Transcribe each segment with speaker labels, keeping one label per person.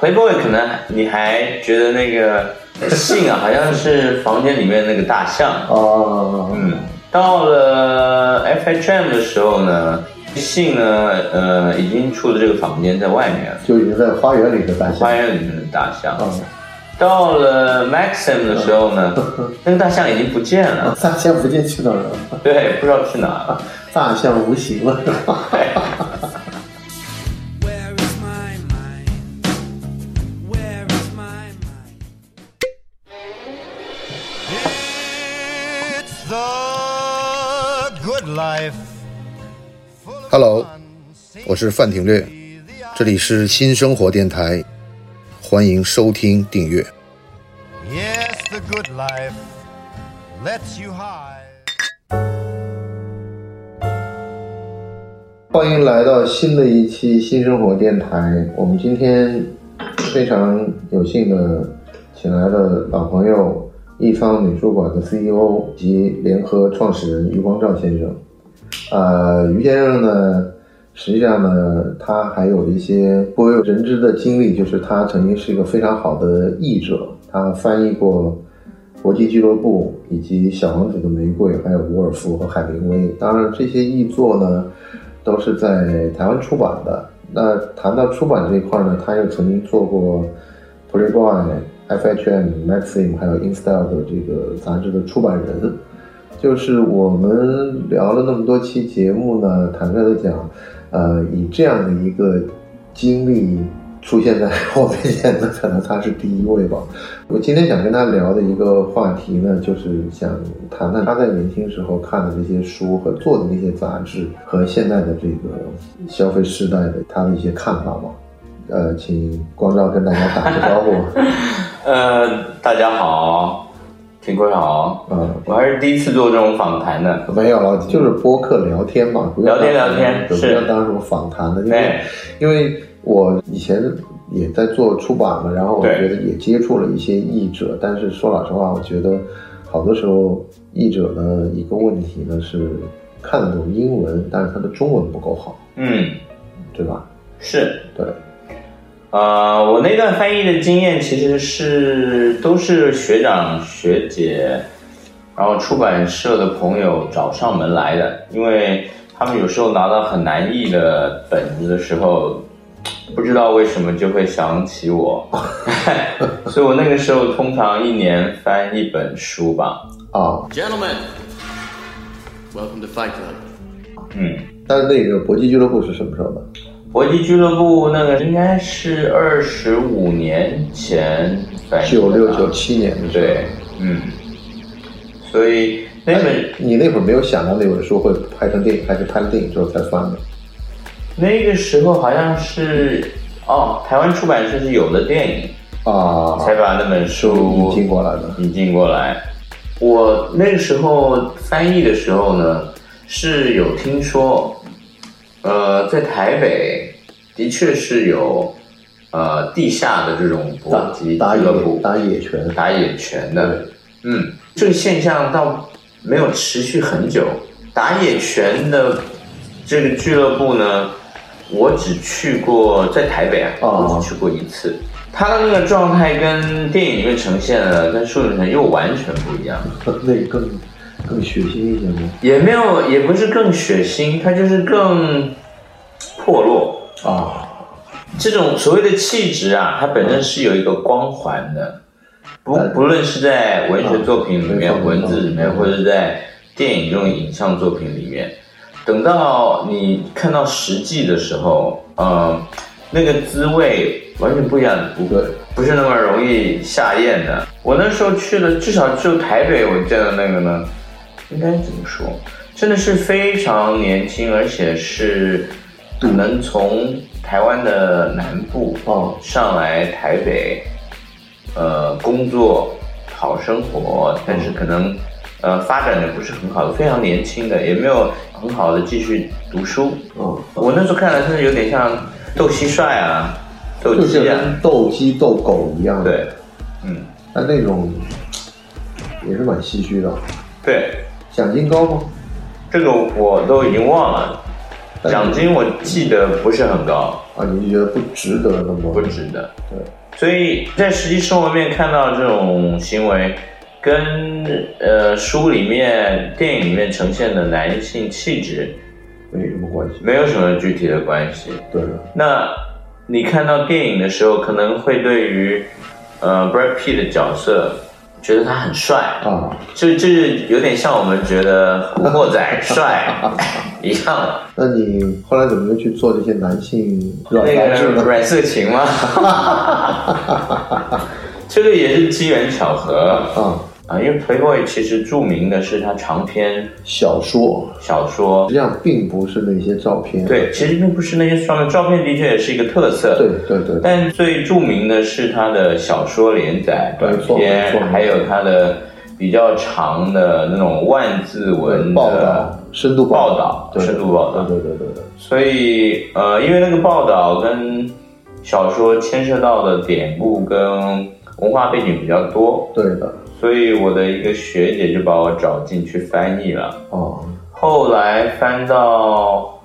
Speaker 1: Playboy 可能你还觉得那个性啊，好像是房间里面那个大象。
Speaker 2: 哦，
Speaker 1: 嗯，到了 FHM 的时候呢，性呢，呃，已经出了这个房间在外面了，
Speaker 2: 就已经在花园里的大象
Speaker 1: 花，园里面的大象。
Speaker 2: 嗯，
Speaker 1: 到了 Maxim 的时候呢，那个大象已经不见了，
Speaker 2: 大象不见去哪儿了？
Speaker 1: 对，不知道去哪了。
Speaker 2: 大象无形了，是吧？
Speaker 3: Where is my mind? Where is my mind?
Speaker 4: It's the good life.
Speaker 5: Hello，我是范廷略，这里是新生活电台，欢迎收听订阅。
Speaker 4: Yes, the good life lets you high.
Speaker 2: 欢迎来到新的一期新生活电台。我们今天非常有幸的请来了老朋友一方美术馆的 CEO 及联合创始人余光照先生。呃，余先生呢，实际上呢，他还有一些不为人知的经历，就是他曾经是一个非常好的译者，他翻译过国际俱乐部，以及《小王子的玫瑰》，还有伍尔夫和海明威。当然，这些译作呢，都是在台湾出版的。那谈到出版这一块呢，他又曾经做过 Playboy、FHM、Maxim 还有 InStyle 的这个杂志的出版人。就是我们聊了那么多期节目呢，坦率的讲，呃，以这样的一个经历出现在我面前的，可能他是第一位吧。我今天想跟他聊的一个话题呢，就是想谈谈他在年轻时候看的这些书和做的那些杂志，和现在的这个消费时代的他的一些看法吧。呃，请光照跟大家打个招 呼。
Speaker 1: 呃，大家好，听众好，
Speaker 2: 嗯，
Speaker 1: 我还是第一次做这种访谈呢。
Speaker 2: 没有了，就是播客聊天嘛，不要
Speaker 1: 聊天
Speaker 2: 当
Speaker 1: 聊天
Speaker 2: 对
Speaker 1: 是
Speaker 2: 不要当什么访谈的，因为
Speaker 1: 哎，
Speaker 2: 因为我以前也在做出版嘛，然后我
Speaker 1: 对
Speaker 2: 觉得也接触了一些译者，但是说老实话，我觉得好多时候译者的一个问题呢是看得懂英文，但是他的中文不够好，
Speaker 1: 嗯，
Speaker 2: 对吧？
Speaker 1: 是，
Speaker 2: 对，
Speaker 1: 呃，我那段翻译的经验其实是都是学长学姐，然后出版社的朋友找上门来的，因为他们有时候拿到很难译的本子的时候，不知道为什么就会想起我， 所以我那个时候通常一年翻一本书吧，
Speaker 2: 啊，
Speaker 6: Gentlemen, welcome to Fight Club.
Speaker 1: 嗯。
Speaker 2: 但是那个搏击俱乐部是什么时候的？
Speaker 1: 搏击俱乐部那个应该是二十五年前翻译的
Speaker 2: 九
Speaker 1: 吧
Speaker 2: 六九七年的时候。
Speaker 1: 对，嗯，所以那
Speaker 2: 哎
Speaker 1: 本、
Speaker 2: 你那会儿没有想到那本书会拍成电影，还是拍了电影之后才翻的？
Speaker 1: 那个时候好像是哦，台湾出版社是有了电影，
Speaker 2: 啊，
Speaker 1: 才把那本书
Speaker 2: 引进过来的
Speaker 1: 引进过来。我那个时候翻译的时候呢，是有听说，呃，在台北的确是有呃地下的这种搏击
Speaker 2: 打
Speaker 1: 俱
Speaker 2: 野
Speaker 1: 乐部
Speaker 2: 打野拳，
Speaker 1: 打野拳的，嗯，这个现象倒没有持续很久。打野拳的这个俱乐部呢，我只去过在台北啊，
Speaker 2: 哦
Speaker 1: 我只去过一次。他的那个状态跟电影里面呈现的，跟书里面又完全不一样，
Speaker 2: 那更更血腥一些吗？
Speaker 1: 也没有，也不是更血腥，它就是更破落。
Speaker 2: 啊，
Speaker 1: 这种所谓的气质啊，它本身是有一个光环的，不
Speaker 2: 嗯
Speaker 1: 不论是在文学作品里
Speaker 2: 嗯
Speaker 1: 面、文字里面，
Speaker 2: 嗯
Speaker 1: 或者是在电影这种影像作品里面，等到你看到实际的时候，呃，那个滋味完全不一样，不
Speaker 2: 对，
Speaker 1: 不是那么容易下咽的。我那时候去了，至少就台北我见的那个呢，应该怎么说，真的是非常年轻，而且是可能从台湾的南部
Speaker 2: 哦
Speaker 1: 上来台北，呃，工作好生活，但是可能呃发展的不是很好的，非常年轻的，也没有很好的继续读书。
Speaker 2: 嗯，
Speaker 1: 我那时候看来，真的有点像斗蟋蟀啊，斗
Speaker 2: 就
Speaker 1: 鸡
Speaker 2: 是
Speaker 1: 啊，
Speaker 2: 跟斗鸡斗狗一样，，
Speaker 1: 对，嗯，
Speaker 2: 但那种也是蛮唏嘘的。
Speaker 1: 对，
Speaker 2: 奖金高吗？
Speaker 1: 这个我都已经忘了，
Speaker 2: 但是
Speaker 1: 奖金我记得不是很高，
Speaker 2: 啊，你就觉得不值得那么
Speaker 1: 不值得。
Speaker 2: 对，
Speaker 1: 所以在实际生活面看到这种行为，跟呃书里面、电影里面呈现的男性气质
Speaker 2: 没什么关系。
Speaker 1: 没有什么具体的关系。
Speaker 2: 对，啊
Speaker 1: 那你看到电影的时候，可能会对于呃 Brad Pitt 的角色觉得他很帅，
Speaker 2: 啊，
Speaker 1: 就就是有点像我们觉得古惑 仔帅 一样。
Speaker 2: 那你后来怎么又去做这些男性软
Speaker 1: 那
Speaker 2: 杂志
Speaker 1: 个
Speaker 2: 呢？
Speaker 1: 阮色情吗？ 这个也是机缘巧合
Speaker 2: 啊，
Speaker 1: 啊，因为 Playboy 其实著名的是他长篇
Speaker 2: 小说
Speaker 1: 小说
Speaker 2: 实际，上并不是那些照片。
Speaker 1: 对，其实并不是那些照片，照片的确也是一个特色，
Speaker 2: 对对对对
Speaker 1: 但最著名的是他的小说连载、
Speaker 2: 没
Speaker 1: 短
Speaker 2: 错没错
Speaker 1: 篇，还有他的比较长的那种万字文的
Speaker 2: 报道深度
Speaker 1: 报
Speaker 2: 道
Speaker 1: 道，
Speaker 2: 对
Speaker 1: 深度报道。
Speaker 2: 对对对对，
Speaker 1: 所以，呃，因为那个报道跟小说牵涉到的典故跟文化背景比较多，
Speaker 2: 对的
Speaker 1: 所以我的一个学姐就把我找进去翻译了。
Speaker 2: 哦，
Speaker 1: 后来翻到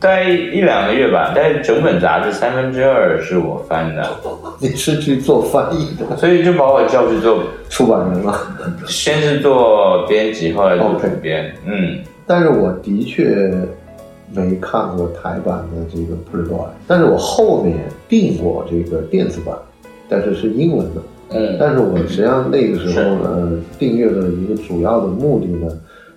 Speaker 1: 大概一两个月吧，但是整本杂志三分之二是我翻的。
Speaker 2: 你是去做翻译的
Speaker 1: 所以就把我叫去做，
Speaker 2: 出版人了。
Speaker 1: 先是做编辑，后来做主编。嗯，
Speaker 2: 但是我的确没看过台版的这个 Playboy，但是我后面订过这个电子版，但是是英文的。
Speaker 1: 嗯
Speaker 2: 但是我实际上那个时候呢，订阅的一个主要的目的呢，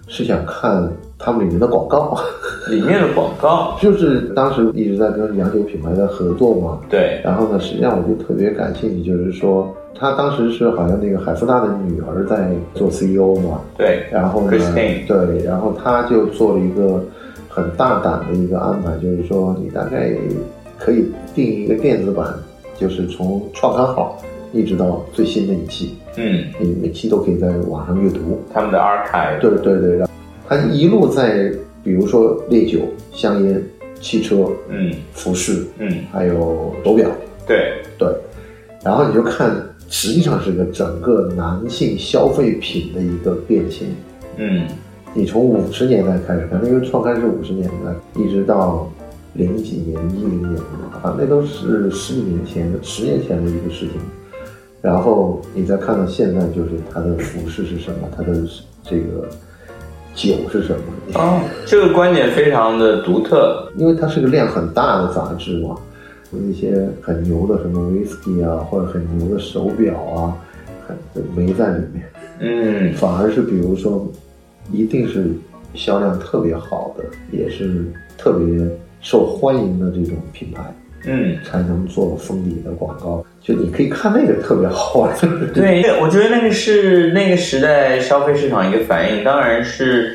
Speaker 2: 是想看他们里面的广告，
Speaker 1: 里面的广告，
Speaker 2: 就是当时一直在跟洋酒品牌在合作嘛。
Speaker 1: 对，
Speaker 2: 然后呢，实际上我就特别感兴趣，就是说他当时是好像那个海夫纳的女儿在做 CEO 嘛，
Speaker 1: 对，
Speaker 2: 然后呢，
Speaker 1: Christine
Speaker 2: 对，然后他就做了一个很大胆的一个安排，就是说你大概可以定一个电子版，就是从创刊号一直到最新的一期，
Speaker 1: 嗯，
Speaker 2: 你每期都可以在网上阅读。
Speaker 1: 他们的 archive，
Speaker 2: 对对对，然后他一路在，比如说烈酒、香烟、汽车、
Speaker 1: 嗯
Speaker 2: 服饰，
Speaker 1: 嗯，
Speaker 2: 还有手表，
Speaker 1: 对，
Speaker 2: 对，然后你就看，实际上是个整个男性消费品的一个变现。
Speaker 1: 嗯，
Speaker 2: 你从五十年代开始看，那个创刊是五十年代，一直到零几年、一零年啊，那都是十几年前、十年前的一个事情。然后你再看到现在，就是它的服饰是什么，它的这个酒是什么，
Speaker 1: 哦，这个观点非常的独特，
Speaker 2: 因为它是个量很大的杂志嘛，有一些很牛的什么 whisky 啊，或者很牛的手表啊，很没在里面。
Speaker 1: 嗯，
Speaker 2: 反而是比如说，一定是销量特别好的，也是特别受欢迎的这种品牌，
Speaker 1: 嗯。
Speaker 2: 才能做封底的广告。就你可以看那个特别好玩，
Speaker 1: 对，我觉得那个是那个时代消费市场一个反应，当然是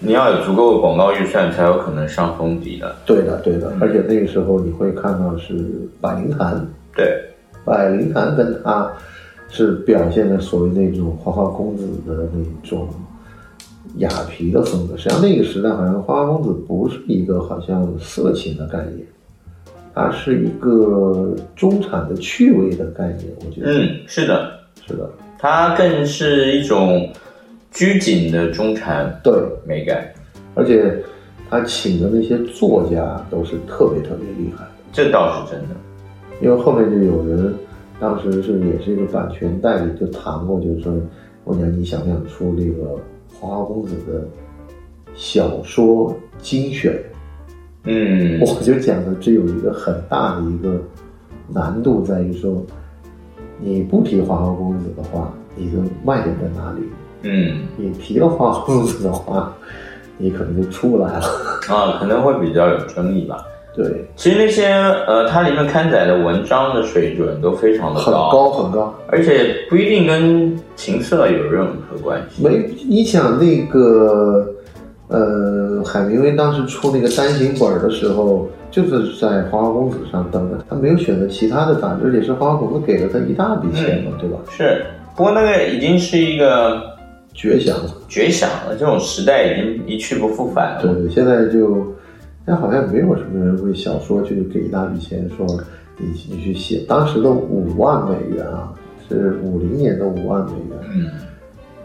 Speaker 1: 你要有足够的广告预算才有可能上封底的。
Speaker 2: 对的对的。而且那个时候你会看到是百灵坛，
Speaker 1: 对，
Speaker 2: 百灵坛哎跟它是表现的所谓那种花花公子的那种雅痞的风格。实际上那个时代好像花花公子不是一个好像色情的概念，它是一个中产的趣味的概念。我觉得、
Speaker 1: 嗯，是的，
Speaker 2: 是的，
Speaker 1: 它更是一种拘谨的中产
Speaker 2: 对，
Speaker 1: 美感，
Speaker 2: 而且他请的那些作家都是特别特别厉害的。
Speaker 1: 这倒是真的。
Speaker 2: 因为后面就有人，当时是也是一个版权代理，就谈过，就是说，我讲你想不想出这个花花公子的小说精选？
Speaker 1: 嗯
Speaker 2: 我就讲的只有一个很大的一个难度在于说，你不提花花公子的话，你的卖点在哪里？
Speaker 1: 嗯
Speaker 2: 你提了花花公子的话，你可能就出不来了。
Speaker 1: 啊，可能会比较有争议吧。
Speaker 2: 对，
Speaker 1: 其实那些呃，它里面刊载的文章的水准都非常的
Speaker 2: 很高很高。
Speaker 1: 而且不一定跟情色有任何关系。
Speaker 2: 没，你想那个，呃，海明威当时出那个单行本儿的时候，就是在《花花公子》上登的，他没有选择其他的杂志，而且是《花花公子》给了他一大笔钱嘛，对吧？
Speaker 1: 是，不过那个已经是一个
Speaker 2: 绝响了，
Speaker 1: 绝响了，这种时代已经一去不复返了。
Speaker 2: 对，现在就，现在好像没有什么人为小说去给一大笔钱说你你去写，当时的五万美元啊，是五零年的五万美元，
Speaker 1: 嗯，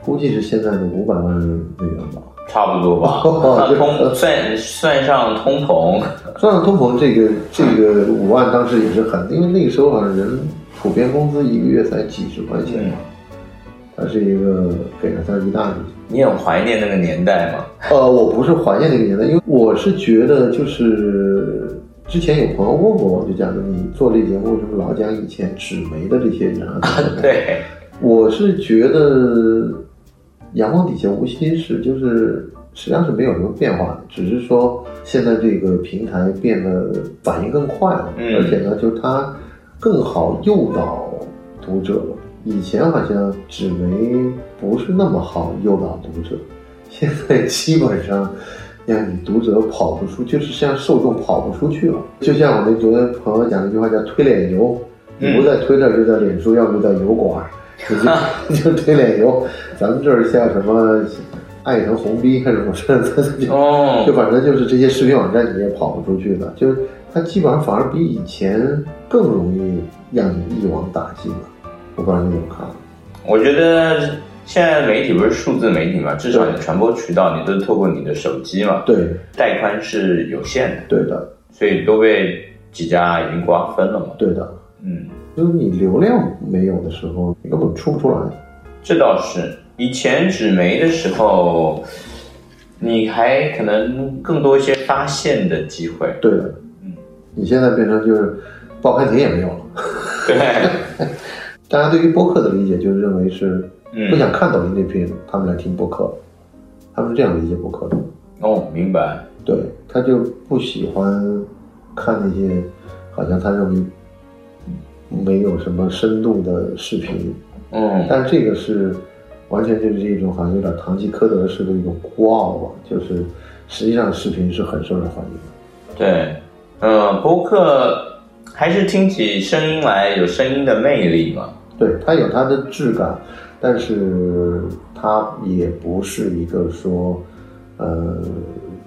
Speaker 2: 估计是现在的五百万美元吧，
Speaker 1: 差不多吧。那通算算上通膨，
Speaker 2: 算上通膨，这个这个五万当时也是很，因为那个时候好像人普遍工资一个月才几十块钱嘛，它是一个给了他一大笔
Speaker 1: 你很怀念那个年代吗？
Speaker 2: 呃，我不是怀念那个年代，因为我是觉得就是之前有朋友问过我，就讲的你做这节目为什么老讲以前纸媒的这些人 啊？
Speaker 1: 对，
Speaker 2: 我是觉得阳光底下无心事，就是实际上是没有什么变化的，只是说现在这个平台变得反应更快了，
Speaker 1: 嗯
Speaker 2: 而且呢，就是它更好诱导读者了。以前好像纸媒不是那么好诱导读者，现在基本上让你读者跑不出，就是让受众跑不出去了。就像我那昨天朋友讲的一句话叫“推脸油”，你
Speaker 1: 嗯
Speaker 2: 不在推特就在脸书，要不就在油管，你 就就推脸油。咱们这儿像什么爱腾红逼啊还是什么事儿，就
Speaker 1: 哦
Speaker 2: 就，反正就是这些视频网站你也跑不出去的，就是它基本上反而比以前更容易让你一网打尽了。我不知道你怎么看。
Speaker 1: 我觉得现在媒体不是数字媒体嘛，至少你传播渠道你都是透过你的手机嘛，
Speaker 2: 对，
Speaker 1: 带宽是有限的，
Speaker 2: 对的，
Speaker 1: 所以都被几家已经瓜分了嘛。
Speaker 2: 对的。
Speaker 1: 嗯，
Speaker 2: 就是你流量没有的时候，你根本出不出来。
Speaker 1: 这倒是。以前纸媒的时候，你还可能更多一些发现的机会。
Speaker 2: 对的，
Speaker 1: 嗯，
Speaker 2: 你现在变成就是报刊亭也没有了。
Speaker 1: 对，
Speaker 2: 大家对于播客的理解就是认为是
Speaker 1: 嗯
Speaker 2: 不想看抖音那批人，他们来听播客，他们是这样理解播客的。
Speaker 1: 哦，明白。
Speaker 2: 对，他就不喜欢看那些好像他认为没有什么深度的视频，
Speaker 1: 嗯，
Speaker 2: 但这个是完全就是一种好像有点堂吉诃德式的一种孤傲吧，就是实际上视频是很受人欢迎的。
Speaker 1: 对，嗯，播客还是听起声音来有声音的魅力嘛。
Speaker 2: 对，它有它的质感，但是它也不是一个说，呃，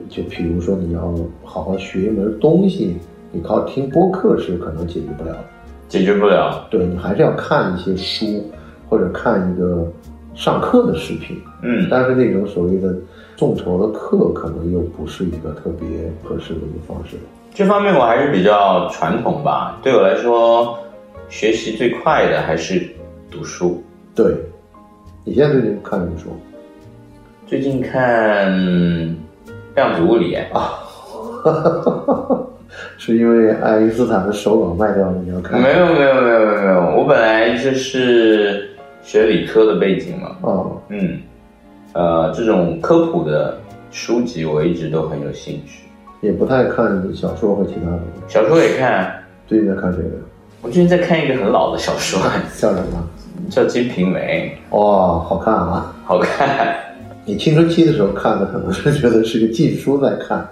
Speaker 2: 就比如说你要好好学一门东西，你靠听播客是可能解决不了的。
Speaker 1: 解决不了，
Speaker 2: 对你还是要看一些书，或者看一个上课的视频，
Speaker 1: 嗯，
Speaker 2: 但是那种所谓的众筹的课，可能又不是一个特别合适的一个方式。
Speaker 1: 这方面我还是比较传统吧。对我来说，学习最快的还是读书。
Speaker 2: 对，你现在最近看什么书？
Speaker 1: 最近看嗯《量子物理》哎，
Speaker 2: 是因为爱因斯坦的手稿卖掉了，你要看？
Speaker 1: 没有没有没有没有没有，我本来就是学理科的背景嘛，
Speaker 2: 哦，
Speaker 1: 嗯，呃，这种科普的书籍我一直都很有兴趣，
Speaker 2: 也不太看小说和其他的。
Speaker 1: 小说也看。
Speaker 2: 最近在看谁的？
Speaker 1: 我最近在看一个很老的小说，
Speaker 2: 叫什么？
Speaker 1: 叫《金瓶梅
Speaker 2: 哦，好看啊！》，
Speaker 1: 好看。
Speaker 2: 你青春期的时候看的可能是觉得是个禁书在看，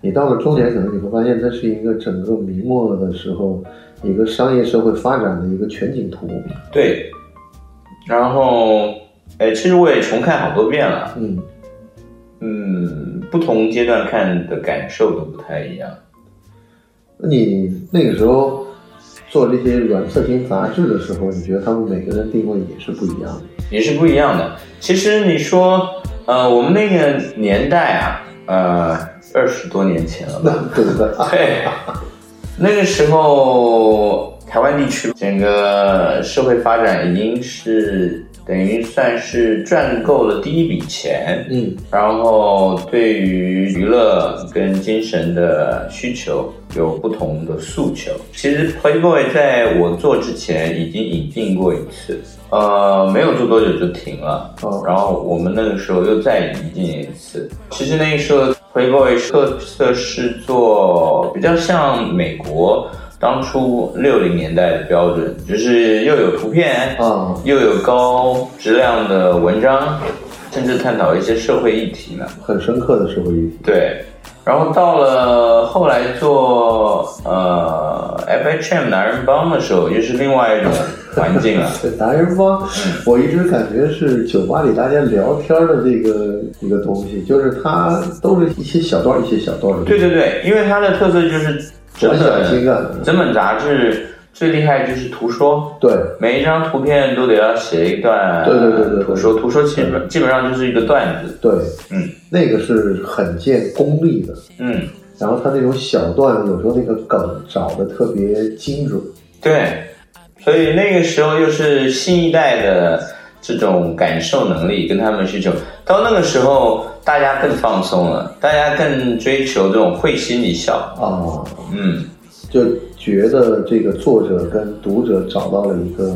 Speaker 2: 你到了中年可能你会发现它是一个整个明末的时候一个商业社会发展的一个全景图。
Speaker 1: 对，然后，哎，其实我也重看好多遍了。
Speaker 2: 嗯，
Speaker 1: 嗯，不同阶段看的感受都不太一样。
Speaker 2: 那你那个时候做这些软色情杂志的时候，你觉得他们每个人定位也是不一样的？
Speaker 1: 也是不一样的。其实你说，呃，我们那个年代啊，呃，二十多年前了吧？
Speaker 2: 对不对？
Speaker 1: 对，啊那个时候台湾地区整个社会发展已经是等于算是赚够了第一笔钱，
Speaker 2: 嗯，
Speaker 1: 然后对于娱乐跟精神的需求有不同的诉求。其实 Playboy 在我做之前已经引进过一次，呃，没有做多久就停了。
Speaker 2: 哦
Speaker 1: 然后我们那个时候又再引进一次。其实那个时候 Playboy 特色是做比较像美国当初六零年代的标准，就是又有图片
Speaker 2: 啊
Speaker 1: 又有高质量的文章，甚至探讨一些社会议题呢。
Speaker 2: 很深刻的社会议题。
Speaker 1: 对，然后到了后来做呃 FHM 男人帮的时候，又是另外一种环境啊 了。
Speaker 2: 对，达人帮，我一直感觉是酒吧里大家聊天的这个一个东西，就是它都是一些小段儿一些小段儿的，
Speaker 1: 对对对，因为它的特色就是整
Speaker 2: 很小
Speaker 1: 本
Speaker 2: 情感的，
Speaker 1: 整本杂志最厉害就是图说，
Speaker 2: 对
Speaker 1: 每一张图片都得要写一段
Speaker 2: 对对对对对
Speaker 1: 图说，图说基本基本上就是一个段子，
Speaker 2: 对，
Speaker 1: 嗯
Speaker 2: 那个是很见功力的。
Speaker 1: 嗯，
Speaker 2: 然后他那种小段，有时候那个梗找的特别精准。
Speaker 1: 对，所以那个时候又是新一代的这种感受能力跟他们需求，到那个时候大家更放松了，大家更追求这种会心一笑，
Speaker 2: 啊，
Speaker 1: 嗯，
Speaker 2: 就觉得这个作者跟读者找到了一个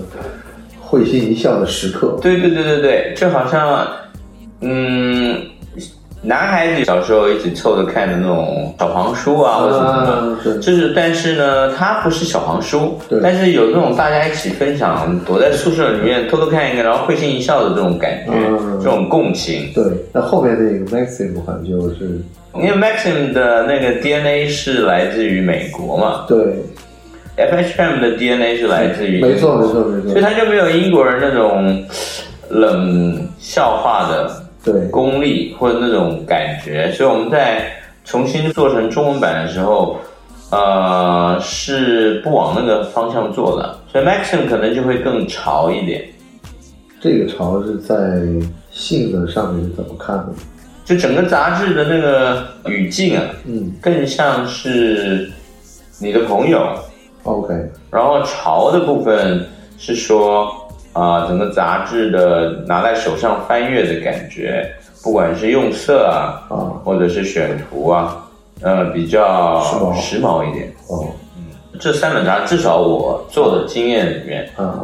Speaker 2: 会心一笑的时刻。
Speaker 1: 对对对对对，就好像，嗯，男孩子小时候一起凑着看的那种小黄书啊，或者什么的。
Speaker 2: 啊，对
Speaker 1: 就是，但是呢，它不是小黄书
Speaker 2: 对，
Speaker 1: 但是有那种大家一起分享，躲在宿舍里面偷偷看一个，然后会心一笑的这种感觉，
Speaker 2: 嗯
Speaker 1: 这种共情。
Speaker 2: 对。那后面那个 Maxim 好像就是
Speaker 1: 因为 Maxim 的那个 DNA 是来自于美国嘛
Speaker 2: 对，
Speaker 1: ，FHM 的 DNA 是来自于
Speaker 2: 没错
Speaker 1: 英国
Speaker 2: 没错没错
Speaker 1: 所以他就没有英国人那种冷笑话的
Speaker 2: 对
Speaker 1: 功力或者那种感觉，所以我们在重新做成中文版的时候，呃，是不往那个方向做的，所以 Maxim 可能就会更潮一点。
Speaker 2: 这个潮是在性格上面是怎么看的？
Speaker 1: 就整个杂志的那个语境啊，
Speaker 2: 嗯
Speaker 1: 更像是你的朋友，
Speaker 2: ，OK，
Speaker 1: 然后潮的部分是说啊、整个杂志的拿在手上翻阅的感觉，不管是用色啊，
Speaker 2: 啊，
Speaker 1: 或者是选图啊，呃，比较
Speaker 2: 时髦
Speaker 1: 时髦一点。
Speaker 2: 哦，
Speaker 1: 这三本杂志，至少我做的经验里面
Speaker 2: 啊，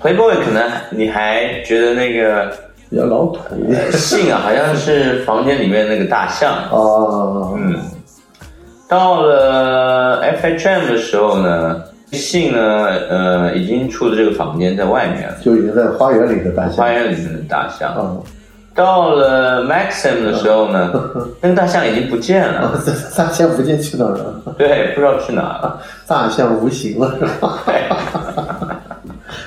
Speaker 1: ，Playboy 可能你还觉得那个
Speaker 2: 比较老土一点
Speaker 1: 信 啊，好像是房间里面那个大象。
Speaker 2: 啊，
Speaker 1: 嗯，到了 FHM 的时候呢，信呢，呃，已经出了这个房间在外面了，
Speaker 2: 就已经在花园里的大象
Speaker 1: 花园里面的大象。
Speaker 2: 啊，
Speaker 1: 到了 Maxim 的时候 呢，那个大象已经不见了，
Speaker 2: 啊大象不进去哪儿了？
Speaker 1: 对，不知道去哪了。
Speaker 2: 大象无形了是吧？
Speaker 1: 对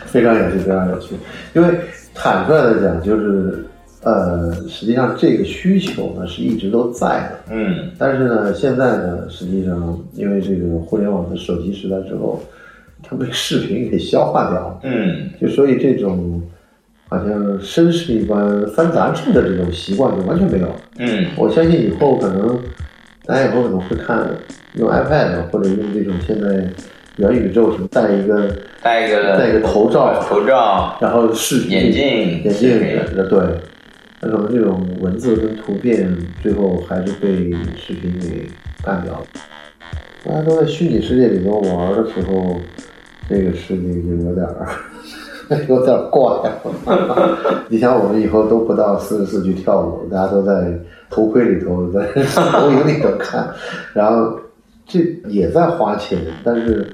Speaker 2: 非常有趣，非常有趣。因为坦率的讲，就是呃，实际上这个需求呢是一直都在的，
Speaker 1: 嗯。
Speaker 2: 但是呢，现在呢，实际上因为这个互联网的手机时代之后，它被视频给消化掉了，
Speaker 1: 嗯，
Speaker 2: 就所以这种好像绅士一般翻杂志的这种习惯就完全没有了。
Speaker 1: 嗯，
Speaker 2: 我相信以后可能大家以后可能会看用 iPad 或者用这种现在元宇宙什么带一个，
Speaker 1: 戴个
Speaker 2: 戴个头罩
Speaker 1: 头罩、
Speaker 2: 然后视频
Speaker 1: 眼镜、
Speaker 2: 眼镜的对，那可能这种文字跟图片最后还是被视频给干掉了。大家都在虚拟世界里面玩的时候，这个事情就有点儿 有点儿怪了。 你想，我们以后都不到四十岁去跳舞，大家都在头盔里头，在投影里头看，然后这也在花钱，但是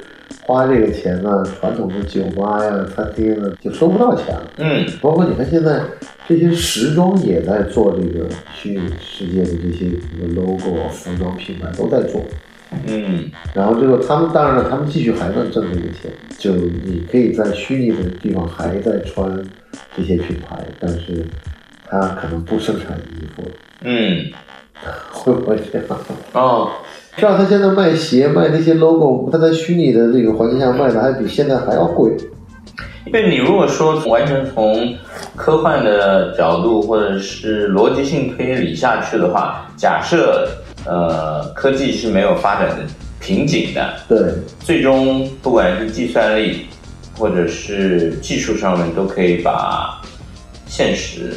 Speaker 2: 花这个钱呢，传统的酒吧呀、餐厅啊，就收不到钱了。
Speaker 1: 嗯，
Speaker 2: 包括你看现在这些时装也在做这个虚拟世界的这些什么 logo 啊、服装品牌都在做。
Speaker 1: 嗯，
Speaker 2: 然后最后他们当然了，他们继续还能挣这个钱，就你可以在虚拟的地方还在穿这些品牌，但是它可能不生产衣服了，
Speaker 1: 嗯，
Speaker 2: 会不会这样？
Speaker 1: 哦，
Speaker 2: 知道他现在卖鞋卖那些 logo，他在虚拟的这个环境下卖的还比现在还要贵。
Speaker 1: 因为你如果说完全从科幻的角度或者是逻辑性推理下去的话，假设呃科技是没有发展的瓶颈的，
Speaker 2: 对，
Speaker 1: 最终不管是计算力或者是技术上面，都可以把现实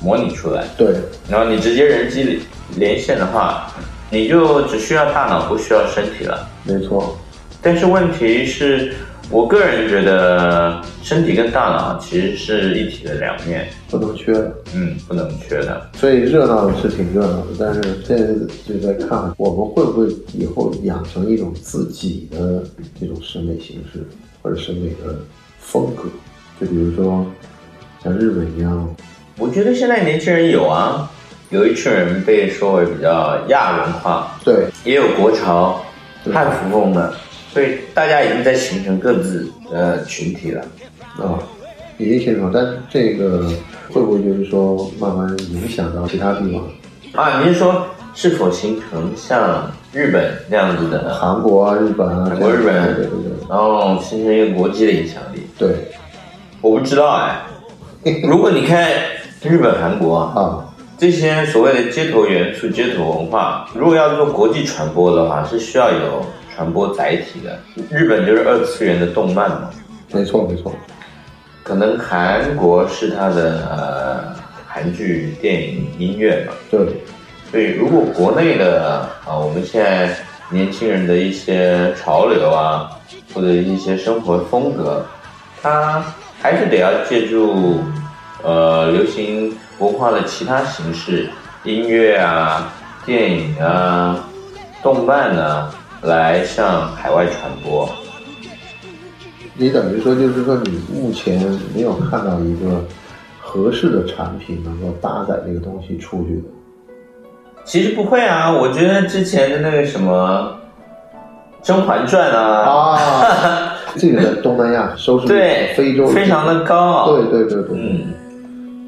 Speaker 1: 模拟出来。
Speaker 2: 对，
Speaker 1: 然后你直接人机连线的话，你就只需要大脑，不需要身体了。
Speaker 2: 没错，
Speaker 1: 但是问题是，我个人觉得身体跟大脑其实是一体的两面，
Speaker 2: 不能缺了。
Speaker 1: 嗯，不能缺的。
Speaker 2: 所以热闹是挺热闹的，但是现在就在看我们会不会以后养成一种自己的这种审美形式或者审美的风格，就比如说像日本一样，
Speaker 1: 我觉得现在年轻人有啊，有一群人被说为比较亚文化，
Speaker 2: 对
Speaker 1: 也有国潮、
Speaker 2: 对
Speaker 1: 汉服风的，所以大家已经在形成各自的群体了。
Speaker 2: 啊，也一些地方，但是这个会不会就是说慢慢影响到其他地方？
Speaker 1: 啊，您说是否形成像日本那样子的，
Speaker 2: 韩国啊、日本啊，
Speaker 1: 韩国
Speaker 2: 这样
Speaker 1: 日本
Speaker 2: 对对对
Speaker 1: 然后形成一个国际的影响力。
Speaker 2: 对对
Speaker 1: 我不知道哎， 如果你看日本、韩国啊
Speaker 2: 啊，
Speaker 1: 这些所谓的街头元素、街头文化，如果要做国际传播的话，是需要有传播载体的。日本就是二次元的动漫嘛，
Speaker 2: 没错没错，
Speaker 1: 可能韩国是它的呃韩剧、电影、音乐嘛。
Speaker 2: 对
Speaker 1: 所以，如果国内的啊，我们现在年轻人的一些潮流啊，或者一些生活风格，它还是得要借助呃流行文化的其他形式，音乐啊、电影啊、动漫啊，来向海外传播。
Speaker 2: 你等于说就是说你目前没有看到一个合适的产品能够搭载这个东西出去的。
Speaker 1: 其实不会啊，我觉得之前的那个什么《甄嬛传》啊，
Speaker 2: 啊， 这个在东南亚收视率
Speaker 1: 对，
Speaker 2: 非洲
Speaker 1: 非常的高，啊
Speaker 2: 对对对对，
Speaker 1: 嗯。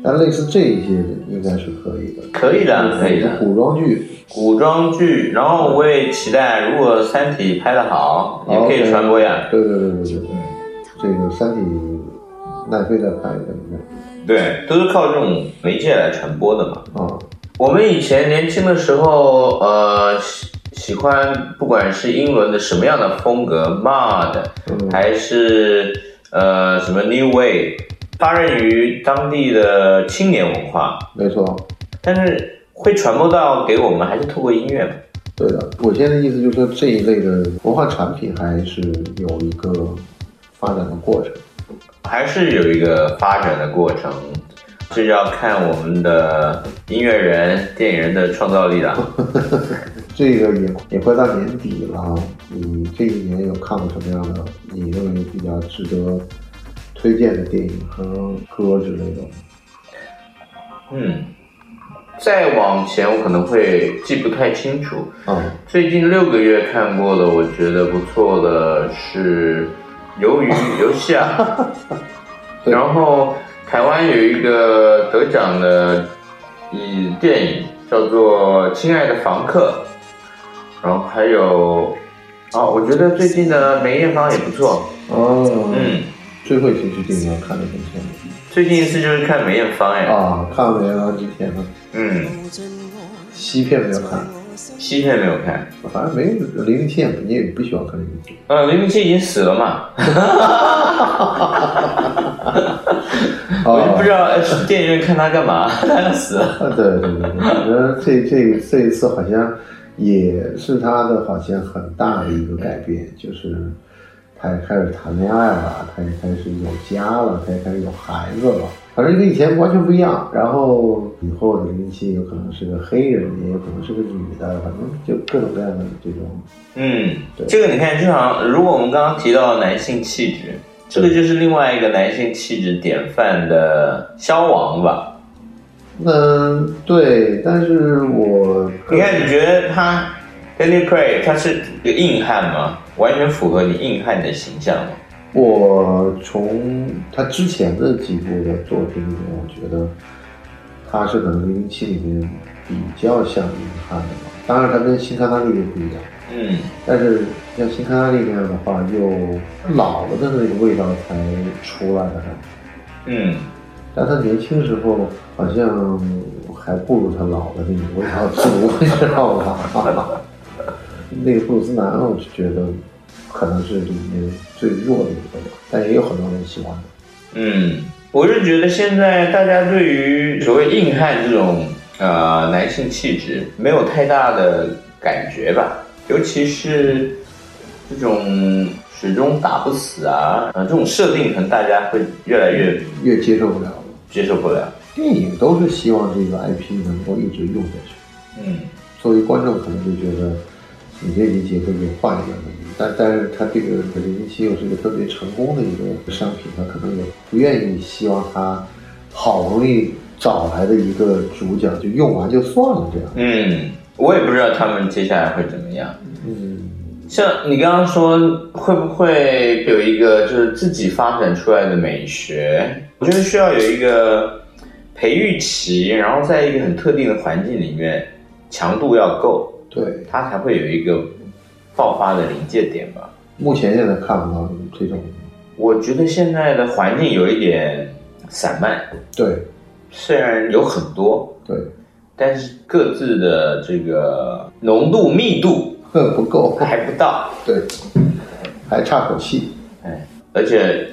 Speaker 2: 但类似这一些应该是可以的，
Speaker 1: 可以的，可以
Speaker 2: 是
Speaker 1: 的。
Speaker 2: 古装剧，
Speaker 1: 古装剧，然后我也期待，如果《三体》拍得好，也可
Speaker 2: 啊
Speaker 1: 以传播呀。
Speaker 2: 对对对对对对，
Speaker 1: 嗯
Speaker 2: 这个《三体》奈飞在拍的应
Speaker 1: 对，都是靠这种媒介来传播的嘛。
Speaker 2: 该啊，
Speaker 1: 我们以前年轻的时候，呃，喜喜欢不管是英伦的什么样的风格，mod，
Speaker 2: 嗯
Speaker 1: 还是呃什么 new wave，发轫于当地的青年文化，
Speaker 2: 没错，
Speaker 1: 但是会传播到给我们，还是透过音乐嘛。
Speaker 2: 对的。我现在的意思就是说这一类的文化产品还是有一个发展的过程。
Speaker 1: 还是有一个发展的过程，这就要看我们的音乐人、电影人的创造力了。
Speaker 2: 这个也也快到年底了，啊你这一年有看过什么样的你认为比较值得推荐的电影和歌之类的吗？
Speaker 1: 嗯，再往前我可能会记不太清楚。
Speaker 2: 啊，
Speaker 1: 最近六个月看过的，我觉得不错的是《鱿鱼游戏》啊，
Speaker 2: 对
Speaker 1: 然后台湾有一个得奖的嗯电影叫做《亲爱的房客》，然后还有啊，我觉得最近的梅艳芳也不错，
Speaker 2: 哦，
Speaker 1: 嗯，
Speaker 2: 最后一次去电影院看的什么片
Speaker 1: 最近一次就是看梅艳芳哎，
Speaker 2: 啊，看完原来之前呢，
Speaker 1: 嗯，
Speaker 2: 西片没有看，
Speaker 1: 西片没有看，
Speaker 2: 反正没零零七也你也不喜欢看零零七，
Speaker 1: 呃，林明基已经死了嘛，
Speaker 2: 哦
Speaker 1: 我就不知道去电影院看他干嘛， 他要死了。
Speaker 2: 啊， 对对对对，我觉得这这这一次好像也是他的好像很大的一个改变，就是他也开始谈恋爱了，他也开始有家了，他也开始有孩子了，反正跟以前完全不一样。然后以后的林夕有可能是个黑人，也有可能是个女的，反正就各种各样的这种。
Speaker 1: 嗯
Speaker 2: 对，
Speaker 1: 这个你看，就好像如果我们刚刚提到男性气质，这个就是另外一个男性气质典范的消亡吧？
Speaker 2: 嗯，对，但是我
Speaker 1: 你看，你觉得他 Danny Cray 他是个硬汉吗？完全符合你硬汉的形象吗？
Speaker 2: 我从他之前的几部的作品里面，我觉得他是可能零零七里面比较像林汉的吧。当然，他跟新康纳利不一样，
Speaker 1: 嗯，
Speaker 2: 但是像新康纳利那样的话，又老了的那个味道才出来的感觉。
Speaker 1: 嗯，
Speaker 2: 但他年轻时候好像还不如他老的那种味道足，你知道吧？ 那个布鲁斯南，我就觉得可能是里面最弱的一个吧，但也有很多人喜欢他。
Speaker 1: 嗯，我是觉得现在大家对于所谓硬汉这种呃男性气质没有太大的感觉吧，尤其是这种始终打不死啊，呃这种设定可能大家会越来越
Speaker 2: 越接受不了了。
Speaker 1: 接受不了。
Speaker 2: 电影都是希望这个 IP 能够一直用下去。
Speaker 1: 嗯，
Speaker 2: 作为观众可能就觉得你这集结会给换一个人，但但是他这个零零七又是一个特别成功的一个商品，他可能也不愿意希望他好不容易找来的一个主角就用完就算了这样。
Speaker 1: 嗯，我也不知道他们接下来会怎么样。
Speaker 2: 嗯，
Speaker 1: 像你刚刚说，会不会有一个就是自己发展出来的美学？我觉得需要有一个培育期，然后在一个很特定的环境里面，强度要够。
Speaker 2: 对，
Speaker 1: 它才会有一个爆发的临界点吧。
Speaker 2: 目前现在看不到这种，
Speaker 1: 我觉得现在的环境有一点散漫，
Speaker 2: 对
Speaker 1: 虽然有很多，
Speaker 2: 对，
Speaker 1: 但是各自的这个浓度密度
Speaker 2: 哼，不够，
Speaker 1: 还不到，
Speaker 2: 对，还差口气，
Speaker 1: 哎，而且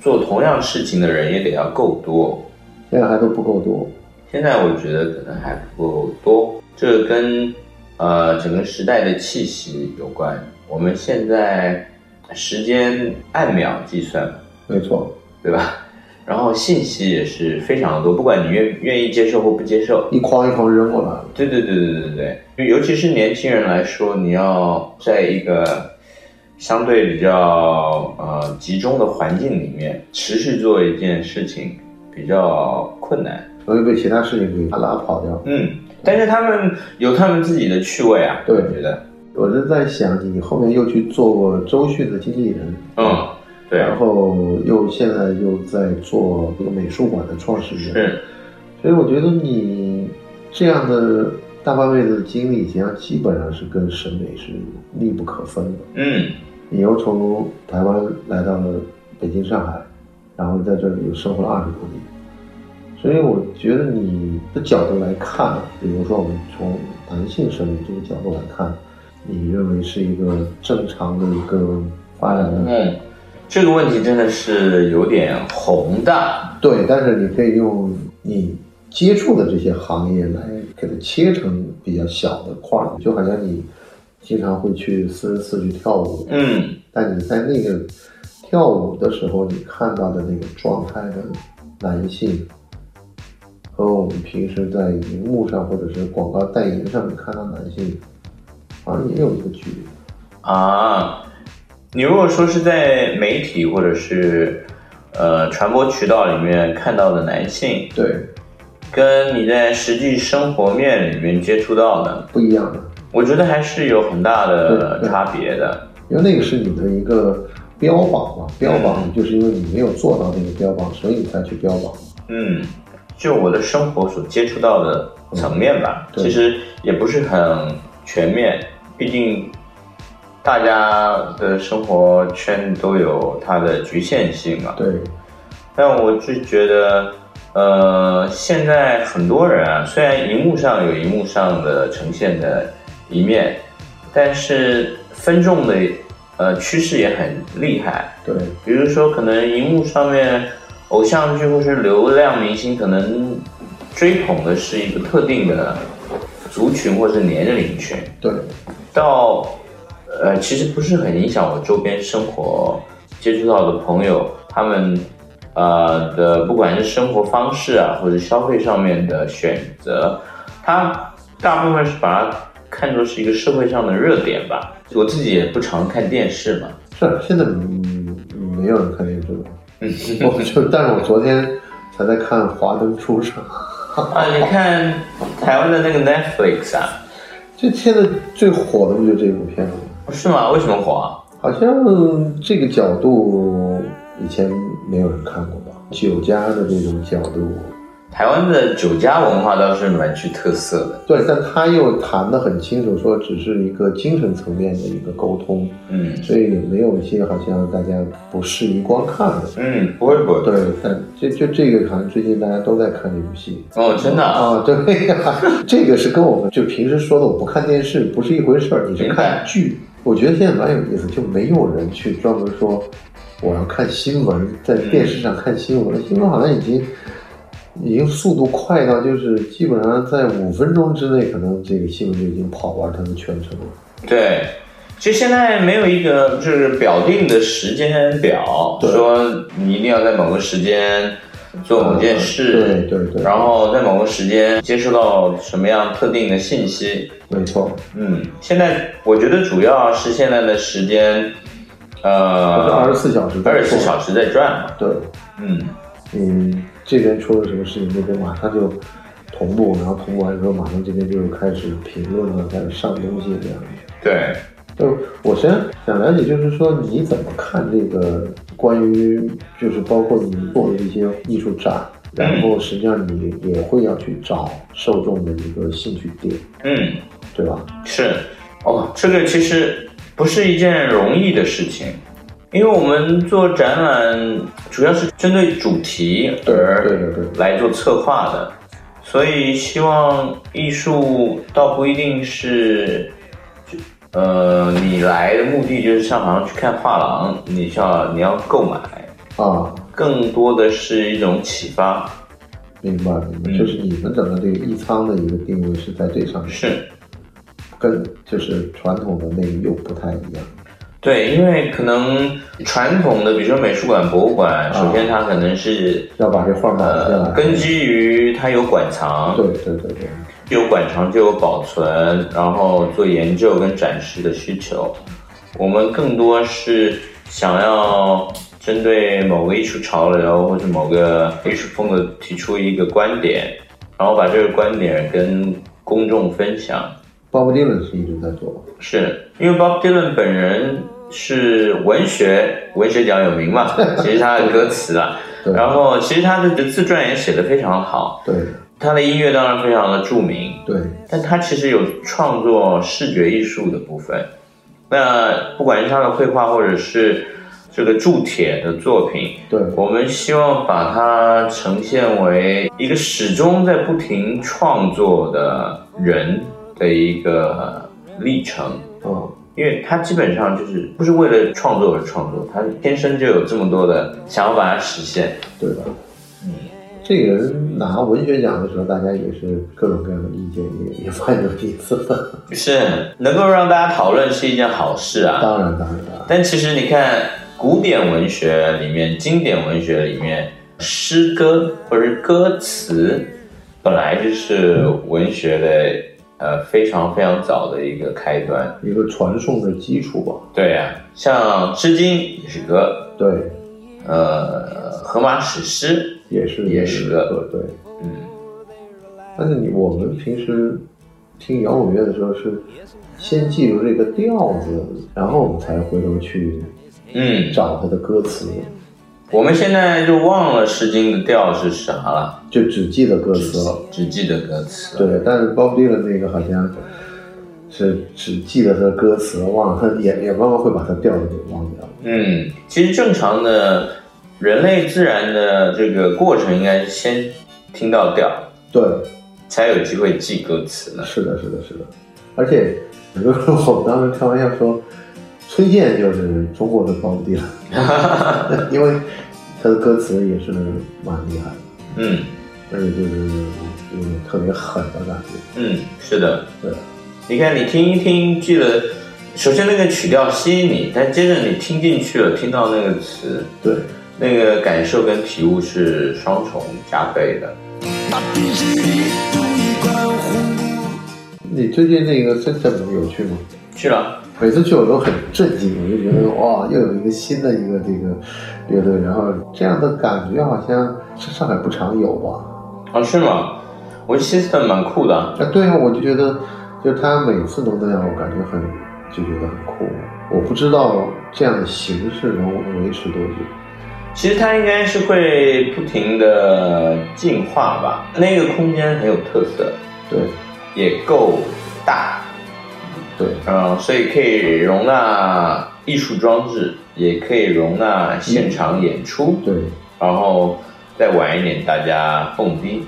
Speaker 1: 做同样事情的人也得要够多。
Speaker 2: 现在还都不够多，
Speaker 1: 现在我觉得可能还不够多，这跟呃整个时代的气息有关。我们现在时间按秒计算，
Speaker 2: 没错，
Speaker 1: 对吧？ 然后信息也是非常多，不管你愿愿意接受或不接受，
Speaker 2: 一筐一筐扔过来，
Speaker 1: 对对对对对对对，尤其是年轻人来说，你要在一个相对比较呃集中的环境里面持续做一件事情比较困难。
Speaker 2: 容易被其他事情给拉跑掉。
Speaker 1: 嗯，但是他们有他们自己的趣味啊，
Speaker 2: 对
Speaker 1: 我觉得，
Speaker 2: 我是在想，你后面又去做过周迅的经纪人，
Speaker 1: 嗯，对，
Speaker 2: 然后又现在又在做这个美术馆的创始人，
Speaker 1: 是，
Speaker 2: 所以我觉得你这样的大半辈子的经历，实际上基本上是跟审美是密不可分的。
Speaker 1: 嗯，
Speaker 2: 你又从台湾来到了北京、上海，然后在这里又生活了二十多年，所以我觉得你的角度来看，比如说我们从男性生理这个角度来看，你认为是一个正常的一个发展的
Speaker 1: 嗯，这个问题真的是有点宏大，
Speaker 2: 对，但是你可以用你接触的这些行业来给它切成比较小的块儿，就好像你经常会去四十四去跳舞，
Speaker 1: 嗯，
Speaker 2: 但你在那个跳舞的时候，你看到的那个状态的男性，和我们平时在荧幕上或者是广告代言上面看到男性，好像也有一个距离。
Speaker 1: 啊，你如果说是在媒体或者是呃传播渠道里面看到的男性，
Speaker 2: 对，
Speaker 1: 跟你在实际生活面里面接触到的，
Speaker 2: 不一样的，
Speaker 1: 我觉得还是有很大的
Speaker 2: 对对
Speaker 1: 差别的，
Speaker 2: 因为那个是你的一个标榜嘛，标榜就是因为你没有做到那个标榜，所以你才去标榜。
Speaker 1: 嗯，就我的生活所接触到的层面吧，
Speaker 2: 对
Speaker 1: 其实也不是很全面，毕竟大家的生活圈都有它的局限性嘛。
Speaker 2: 对，
Speaker 1: 但我是觉得，呃，现在很多人啊，虽然荧幕上有荧幕上的呈现的一面，但是分众的呃趋势也很厉害。
Speaker 2: 对，
Speaker 1: 比如说，可能荧幕上面偶像剧或是流量明星，可能追捧的是一个特定的族群或是年龄群，
Speaker 2: 对，
Speaker 1: 到呃，其实不是很影响我周边生活接触到的朋友，他们呃的不管是生活方式啊，或者消费上面的选择，它大部分是把它看作是一个社会上的热点吧。我自己也不常看电视嘛，
Speaker 2: 是现在嗯没有人看电视了。我就，但是我昨天才在看《华灯初上》。
Speaker 1: 啊，你看台湾的那个 Netflix 啊，
Speaker 2: 就现在最火的不就这部片子吗？
Speaker 1: 是吗？为什么火啊？
Speaker 2: 好像这个角度以前没有人看过吧？酒家的这种角度，
Speaker 1: 台湾的酒家文化倒是蛮具特色的，
Speaker 2: 对，但他又谈得很清楚，说只是一个精神层面的一个沟通，
Speaker 1: 嗯
Speaker 2: 所以也没有一些好像大家不适宜光看的。
Speaker 1: 嗯，不会不会，
Speaker 2: 对，但这就这个好像最近大家都在看这部戏。
Speaker 1: 哦，真的啊，
Speaker 2: 啊，对 呀、这个是跟我们就平时说的我不看电视不是一回事儿，你是
Speaker 1: 明白
Speaker 2: 看剧。我觉得现在蛮有意思，就没有人去专门说我要看新闻，在
Speaker 1: 嗯
Speaker 2: 电视上看新闻，新闻好像已经已经速度快到就是基本上在五分钟之内，可能这个新闻就已经跑完它的全程了。
Speaker 1: 对。其实现在没有一个就是表定的时间表，
Speaker 2: 对
Speaker 1: 说你一定要在某个时间做某件事，
Speaker 2: 对对对，
Speaker 1: 然后在某个时间接收到什么样特定的信息，
Speaker 2: 没错，
Speaker 1: 嗯，现在我觉得主要是现在的时间，
Speaker 2: 就是二
Speaker 1: 呃
Speaker 2: 十，四小时，
Speaker 1: 二十四小时在转嘛，
Speaker 2: 对。
Speaker 1: 嗯，
Speaker 2: 嗯，这边出了什么事情，那边马上就同步，然后同步完之后，马上这边就开始评论了，开始上东西这样子。
Speaker 1: 对，
Speaker 2: 就是我实际上想了解，就是说你怎么看这个关于，就是包括你做的这些艺术展，然后实际上你也会要去找受众的一个兴趣点，
Speaker 1: 嗯，
Speaker 2: 对吧？
Speaker 1: 是，哦，这个其实不是一件容易的事情，因为我们做展览主要是针对主题
Speaker 2: 对
Speaker 1: 而
Speaker 2: 对对，
Speaker 1: 来做策划的，所以希望艺术倒不一定是，就呃，你来的目的就是上好像去看画廊，你需要你要购买，
Speaker 2: 啊，
Speaker 1: 更多的是一种启发，
Speaker 2: 明白明白，
Speaker 1: 嗯
Speaker 2: 就是你们整个这个艺仓的一个定位是在这上面，
Speaker 1: 是。
Speaker 2: 跟就是传统的那个又不太一样。
Speaker 1: 对，因为可能传统的，比如说美术馆、博物馆，首先它可能是、
Speaker 2: 要把这画买下
Speaker 1: 呃
Speaker 2: 来，
Speaker 1: 根基于它有馆藏，
Speaker 2: 对对对对，
Speaker 1: 有馆藏就有保存，然后做研究跟展示的需求。我们更多是想要针对某个艺术潮流或者某个艺术风格提出一个观点，然后把这个观点跟公众分享。
Speaker 2: 鲍勃迪伦是一直在做，
Speaker 1: 是因为 Bob Dylan 本人是文学文学奖有名嘛，其实他的歌词啊，
Speaker 2: 对
Speaker 1: 然后其实他的自传也写得非常好，
Speaker 2: 对
Speaker 1: 他的音乐当然非常的著名，
Speaker 2: 对
Speaker 1: 但他其实有创作视觉艺术的部分。那不管是他的绘画，或者是这个铸铁的作品，
Speaker 2: 对，
Speaker 1: 我们希望把它呈现为一个始终在不停创作的人的一个历程。
Speaker 2: 嗯，
Speaker 1: 因为他基本上就是不是为了创作而创作，他天生就有这么多的想要把它实现。
Speaker 2: 对吧？嗯，这个人拿文学奖的时候，大家也是各种各样的意见，也也蛮有意思的。
Speaker 1: 是能够让大家讨论是一件好事啊。
Speaker 2: 当然当然当然，
Speaker 1: 但其实你看，古典文学里面、经典文学里面，诗歌或者是歌词，本来就是文学的呃非常非常早的一个开端。
Speaker 2: 一个传送的基础吧。
Speaker 1: 对啊，像《诗经》也是歌，
Speaker 2: 对，
Speaker 1: 呃，《荷马史诗
Speaker 2: 也是
Speaker 1: 也是
Speaker 2: 个对，
Speaker 1: 嗯。
Speaker 2: 但是你我们平时听摇滚乐的时候是先记住这个调子，然后我们才回头去》，
Speaker 1: 嗯，
Speaker 2: 找它的歌词，
Speaker 1: 我们现在就忘了《诗经》的调是啥了，
Speaker 2: 就只记得歌词了。
Speaker 1: 只记得歌词。
Speaker 2: 对，但是 Bob Dylan 那个好像是只记得他的歌词，忘了他也也慢慢会把他调子给忘掉。
Speaker 1: 嗯，其实正常的人类自然的这个过程，应该是先听到调，
Speaker 2: 对，
Speaker 1: 才有机会记歌词呢。
Speaker 2: 是的，是的，是的。而且很多时候我们当时开玩笑说，崔健就是中国的 Bob Dylan，因为他的歌词也是蛮厉害的，
Speaker 1: 嗯
Speaker 2: 而且就是有种特别狠的感觉。
Speaker 1: 嗯，是的。
Speaker 2: 对，
Speaker 1: 你看，你听一听，记得，首先那个曲调吸引你，但接着你听进去了，听到那个词，
Speaker 2: 对，
Speaker 1: 那个感受跟体悟是双重加倍的。
Speaker 3: 把地心引入一关乎。
Speaker 2: 你最近那个深圳有去吗？
Speaker 1: 去了，
Speaker 2: 每次去我都很震惊，我就觉得哇，又有一个新的一个这个乐队，然后这样的感觉好像是上海不常有吧？
Speaker 1: 哦，是吗？我觉得 System 蛮酷的啊。
Speaker 2: 啊，对啊，我就觉得，就是他每次都那样，我感觉很就觉得很酷。我不知道这样的形式能维持多久。
Speaker 1: 其实它应该是会不停的进化吧。那个空间很有特色，
Speaker 2: 对
Speaker 1: 也够大，
Speaker 2: 对
Speaker 1: 嗯，所以可以容纳艺术装置，也可以容纳现场演出，
Speaker 2: 对，
Speaker 1: 然后再晚一点大家蹦迪。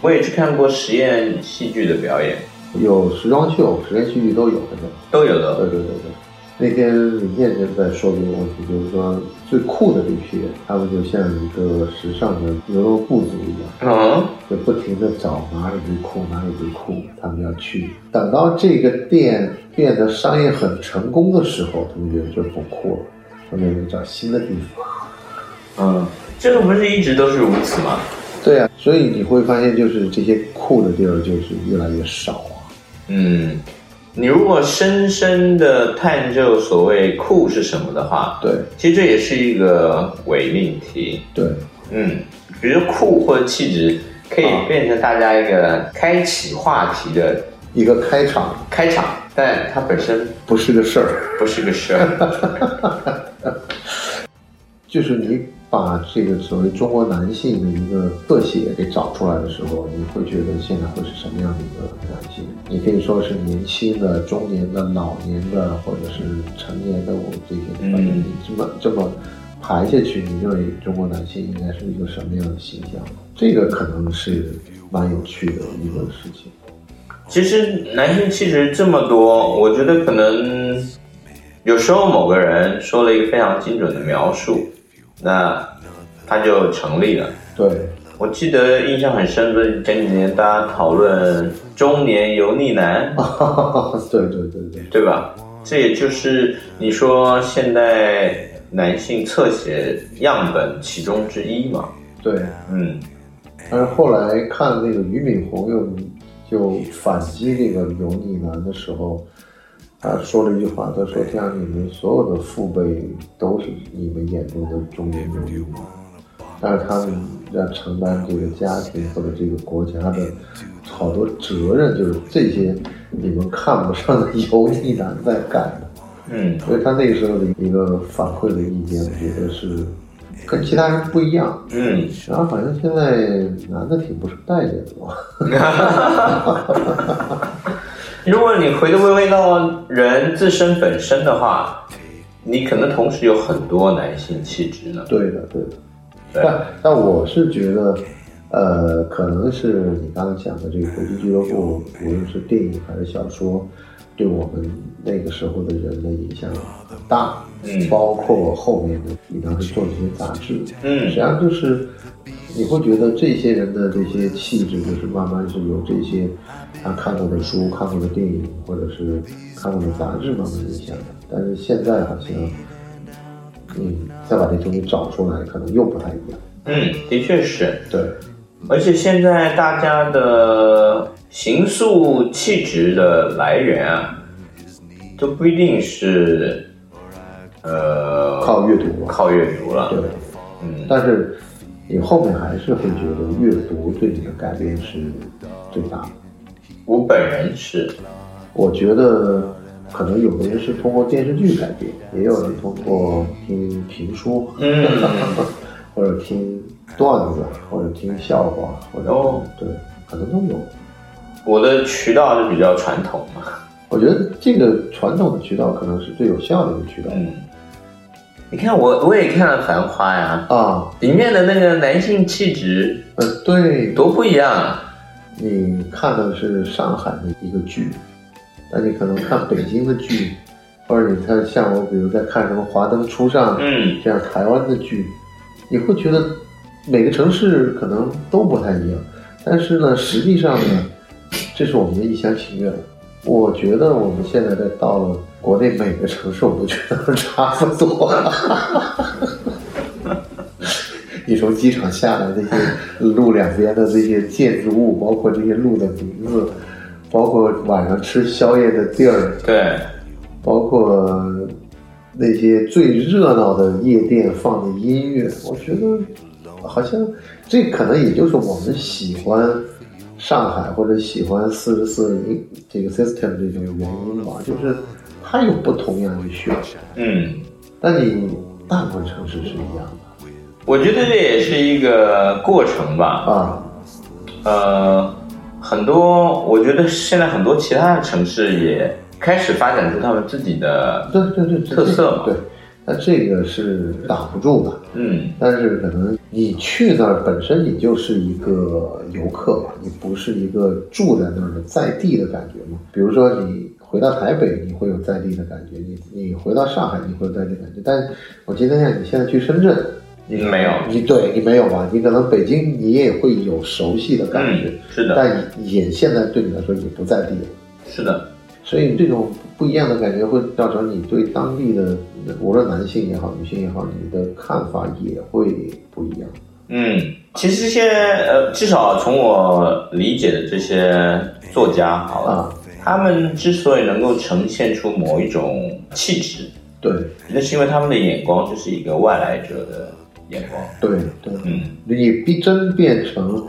Speaker 1: 我也去看过实验戏剧的表演，
Speaker 2: 有时装秀、实验戏剧都有的。
Speaker 1: 都有
Speaker 2: 对
Speaker 1: 的。
Speaker 2: 对对对。那天李健就在说这个问题，就是说最酷的这批人，他们就像一个时尚的牛肉部族一样。
Speaker 1: 嗯，
Speaker 2: 就不停的找哪里最酷，哪里最酷，他们要去。等到这个店变得商业很成功的时候，他们觉得这不酷了，他们就找新的地方。
Speaker 1: 嗯，这个不是一直都是如此吗？
Speaker 2: 对啊，所以你会发现，就是这些酷的地儿就是越来越少啊。
Speaker 1: 嗯，你如果深深的探究所谓酷是什么的话，
Speaker 2: 对
Speaker 1: 其实这也是一个伪命题。
Speaker 2: 对
Speaker 1: 嗯，比如酷或者气质，可以变成大家一个开启话题的
Speaker 2: 一个开场
Speaker 1: 开场，但它本身
Speaker 2: 不是个事儿，
Speaker 1: 不是个事儿。
Speaker 2: 就是你把这个所谓中国男性的一个特写给找出来的时候，你会觉得现在会是什么样的一个男性？你可以说是年轻的、中年的、老年的，或者是成年的，我这些，反正你这么这么排下去，你认为中国男性应该是一个什么样的形象？这个可能是蛮有趣的一个事情。
Speaker 1: 其实男性气质这么多，我觉得可能有时候某个人说了一个非常精准的描述，那他就成立了。
Speaker 2: 对，
Speaker 1: 我记得印象很深的是前几年大家讨论中年油腻男，
Speaker 2: 对对对对，
Speaker 1: 对吧？这也就是你说现代男性侧写样本其中之一嘛。
Speaker 2: 对。
Speaker 1: 嗯，
Speaker 2: 但是后来看那个俞敏洪又就反击这个油腻男的时候，他说了一句话，他说：“这样你们所有的父辈都是你们眼中的中年油腻男，但是他们要承担这个家庭或者这个国家的好多责任，就是这些你们看不上的油腻男在干的。”
Speaker 1: 嗯，
Speaker 2: 所以他那个时候的一个反馈的意见，我觉得是跟其他人不一样。
Speaker 1: 嗯，
Speaker 2: 然后好像现在男的挺不受待见的嘛。
Speaker 1: 如果你回的微微到人自身本身的话，你可能同时有很多男性气质呢。
Speaker 2: 对的，对的。
Speaker 1: 对
Speaker 2: 但但我是觉得，呃，可能是你刚才讲的这个国际俱乐部，无论是电影还是小说，对我们那个时候的人的影响很大。
Speaker 1: 嗯
Speaker 2: 包括后面的你当时做的一些杂志，
Speaker 1: 嗯
Speaker 2: 实际上就是你会觉得这些人的这些气质，就是慢慢是由这些他看过的书、看过的电影，或者是看过的杂志慢慢影响的。但是现在好像，嗯，再把这东西找出来，可能又不太一样。
Speaker 1: 嗯，的确是。
Speaker 2: 对，
Speaker 1: 而且现在大家的形塑气质的来源啊，都不一定是呃
Speaker 2: 靠阅读吧。
Speaker 1: 靠阅读了
Speaker 2: 对。，
Speaker 1: 嗯，
Speaker 2: 但是你后面还是会觉得阅读对你的改变是最大的。
Speaker 1: 我本人是，
Speaker 2: 我觉得可能有的人是通过电视剧改变，也有人通过听评书，
Speaker 1: 嗯，
Speaker 2: 或者听段子，或者听笑话，或者、
Speaker 1: 哎哦
Speaker 2: 对，可能都有。
Speaker 1: 我的渠道是比较传统嘛。
Speaker 2: 我觉得这个传统的渠道可能是最有效的一个渠道、
Speaker 1: 嗯，你看我我也看了《繁花》呀，
Speaker 2: 啊。
Speaker 1: 里面的那个男性气质
Speaker 2: 呃，对，
Speaker 1: 多不一样啊！
Speaker 2: 你看的是上海的一个剧，那你可能看北京的剧，或者你看像我，比如在看什么《华灯初上》
Speaker 1: 嗯，
Speaker 2: 这样台湾的剧，你会觉得每个城市可能都不太一样，但是呢，实际上呢，这是我们的一厢情愿。我觉得我们现在在到了国内每个城市，我都觉得差不多。你从机场下来，这些路两边的这些建筑物，包括这些路的名字，包括晚上吃宵夜的地儿，
Speaker 1: 对，
Speaker 2: 包括那些最热闹的夜店放的音乐，我觉得好像这可能也就是我们喜欢上海或者喜欢四十四这个 system 这种原因吧，就是它有不同样的选择，
Speaker 1: 嗯。
Speaker 2: 但你大部分城市是一样的
Speaker 1: 我觉得这也是一个过程吧。
Speaker 2: 啊，
Speaker 1: 呃，很多我觉得现在很多其他的城市也开始发展出他们自己的，
Speaker 2: 对对对，这
Speaker 1: 特色嘛
Speaker 2: 对，那这个是挡不住的。
Speaker 1: 嗯
Speaker 2: 但是可能你去那儿本身你就是一个游客嘛，你不是一个住在那儿的在地的感觉嘛。比如说你回到台北，你会有在地的感觉；你你回到上海，你会有在地的感觉。但我今天看你现在去深圳，
Speaker 1: 嗯，没有，
Speaker 2: 你对你没有吧？你可能北京你也会有熟悉的感觉，
Speaker 1: 嗯，是的，
Speaker 2: 但也现在对你来说也不在地了。
Speaker 1: 是的，
Speaker 2: 所以这种不一样的感觉会造成你对当地的，无论男性也好，女性也好，你的看法也会不一样。
Speaker 1: 嗯，其实现在呃，至少从我理解的这些作家好了，
Speaker 2: 啊
Speaker 1: 他们之所以能够呈现出某一种气质，
Speaker 2: 对
Speaker 1: 那是因为他们的眼光就是一个外来者的眼光，
Speaker 2: 对对，
Speaker 1: 嗯，
Speaker 2: 你逼真变成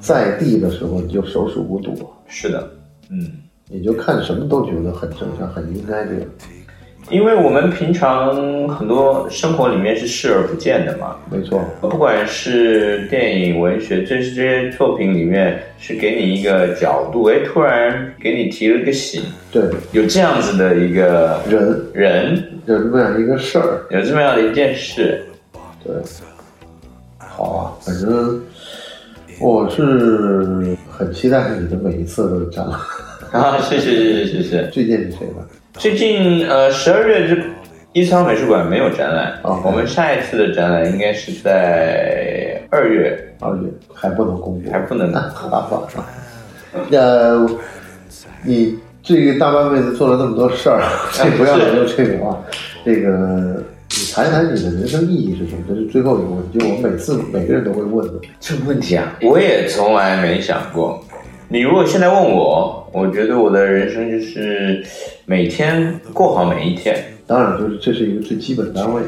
Speaker 2: 在地的时候，你就手鼠无啊睹，
Speaker 1: 是的，嗯。
Speaker 2: 你就看什么都觉得很正常，很应该这样。
Speaker 1: 因为我们平常很多生活里面是视而不见的嘛，
Speaker 2: 没错，
Speaker 1: 不管是电影、文学，这是这些作品里面是给你一个角度，哎，突然给你提了个醒，
Speaker 2: 对，
Speaker 1: 有这样子的一个
Speaker 2: 人
Speaker 1: 人，
Speaker 2: 有这么样一个事儿，
Speaker 1: 有这么样的一件事，
Speaker 2: 对，好啊，反正我是很期待你的每一次的展览。
Speaker 1: 啊，是是是是是是。
Speaker 2: 最近是谁吧？
Speaker 1: 最近呃，十二月这伊斯坦美术馆没有展览
Speaker 2: 哦
Speaker 1: 我们上一次的展览应该是在二月，
Speaker 2: 二月还不能公布，
Speaker 1: 还不能
Speaker 2: 那好吧？那你这个大半辈子做了那么多 事儿，这不
Speaker 1: 哎
Speaker 2: 要老用这个啊。这个你谈一谈你的人生意义是什么？这是最后一个问题，就我每次每个人都会问的。
Speaker 1: 这个问题啊，我也从来没想过。你如果现在问我，我觉得我的人生就是每天过好每一天。
Speaker 2: 当然，就是这是一个最基本单位。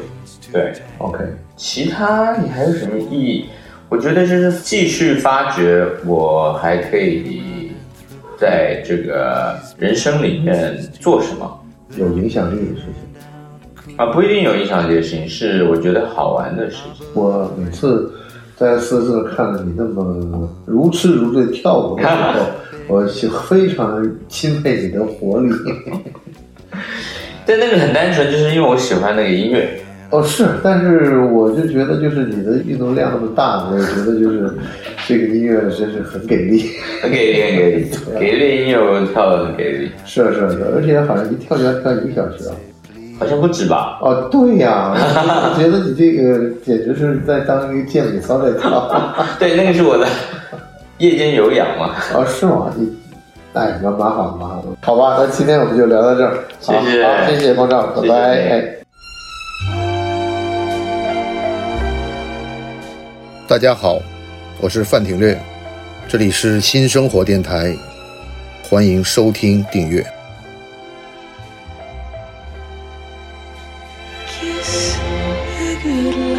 Speaker 1: 对，
Speaker 2: OK，
Speaker 1: 其他你还有什么意义？我觉得就是继续发掘，我还可以在这个人生里面做什么。
Speaker 2: 有影响力的事情。
Speaker 1: 啊，不一定有影响这些事情，是我觉得好玩的事情。
Speaker 2: 我每次在四四看了你那么如痴如醉跳舞的时 候，我就非常钦佩你的活力。
Speaker 1: 但那个很单纯，就是因为我喜欢那个音乐。
Speaker 2: 哦，是，但是我就觉得，就是你的运动量那么大，我也觉得就是这个音乐真是很给力。
Speaker 1: 很给力，很给力，给力的音乐我跳的很给力，
Speaker 2: 是啊，是啊，是啊而且好像一跳就要跳一个小时啊。
Speaker 1: 好像不止吧？
Speaker 2: 哦，对呀、我觉得你这个简直是在当一个健美操在跳。 啊，
Speaker 1: 对，那个是我的夜间有氧嘛。
Speaker 2: 哦是吗？你，哎，蛮蛮好，蛮好的。好吧，那今天我们就聊到这儿。好
Speaker 1: 谢谢
Speaker 2: 好，谢谢光照，拜
Speaker 1: 谢谢
Speaker 2: 拜。哎
Speaker 5: 大家好，我是范廷略，这里是新生活电台，欢迎收听订阅。
Speaker 7: kiss a good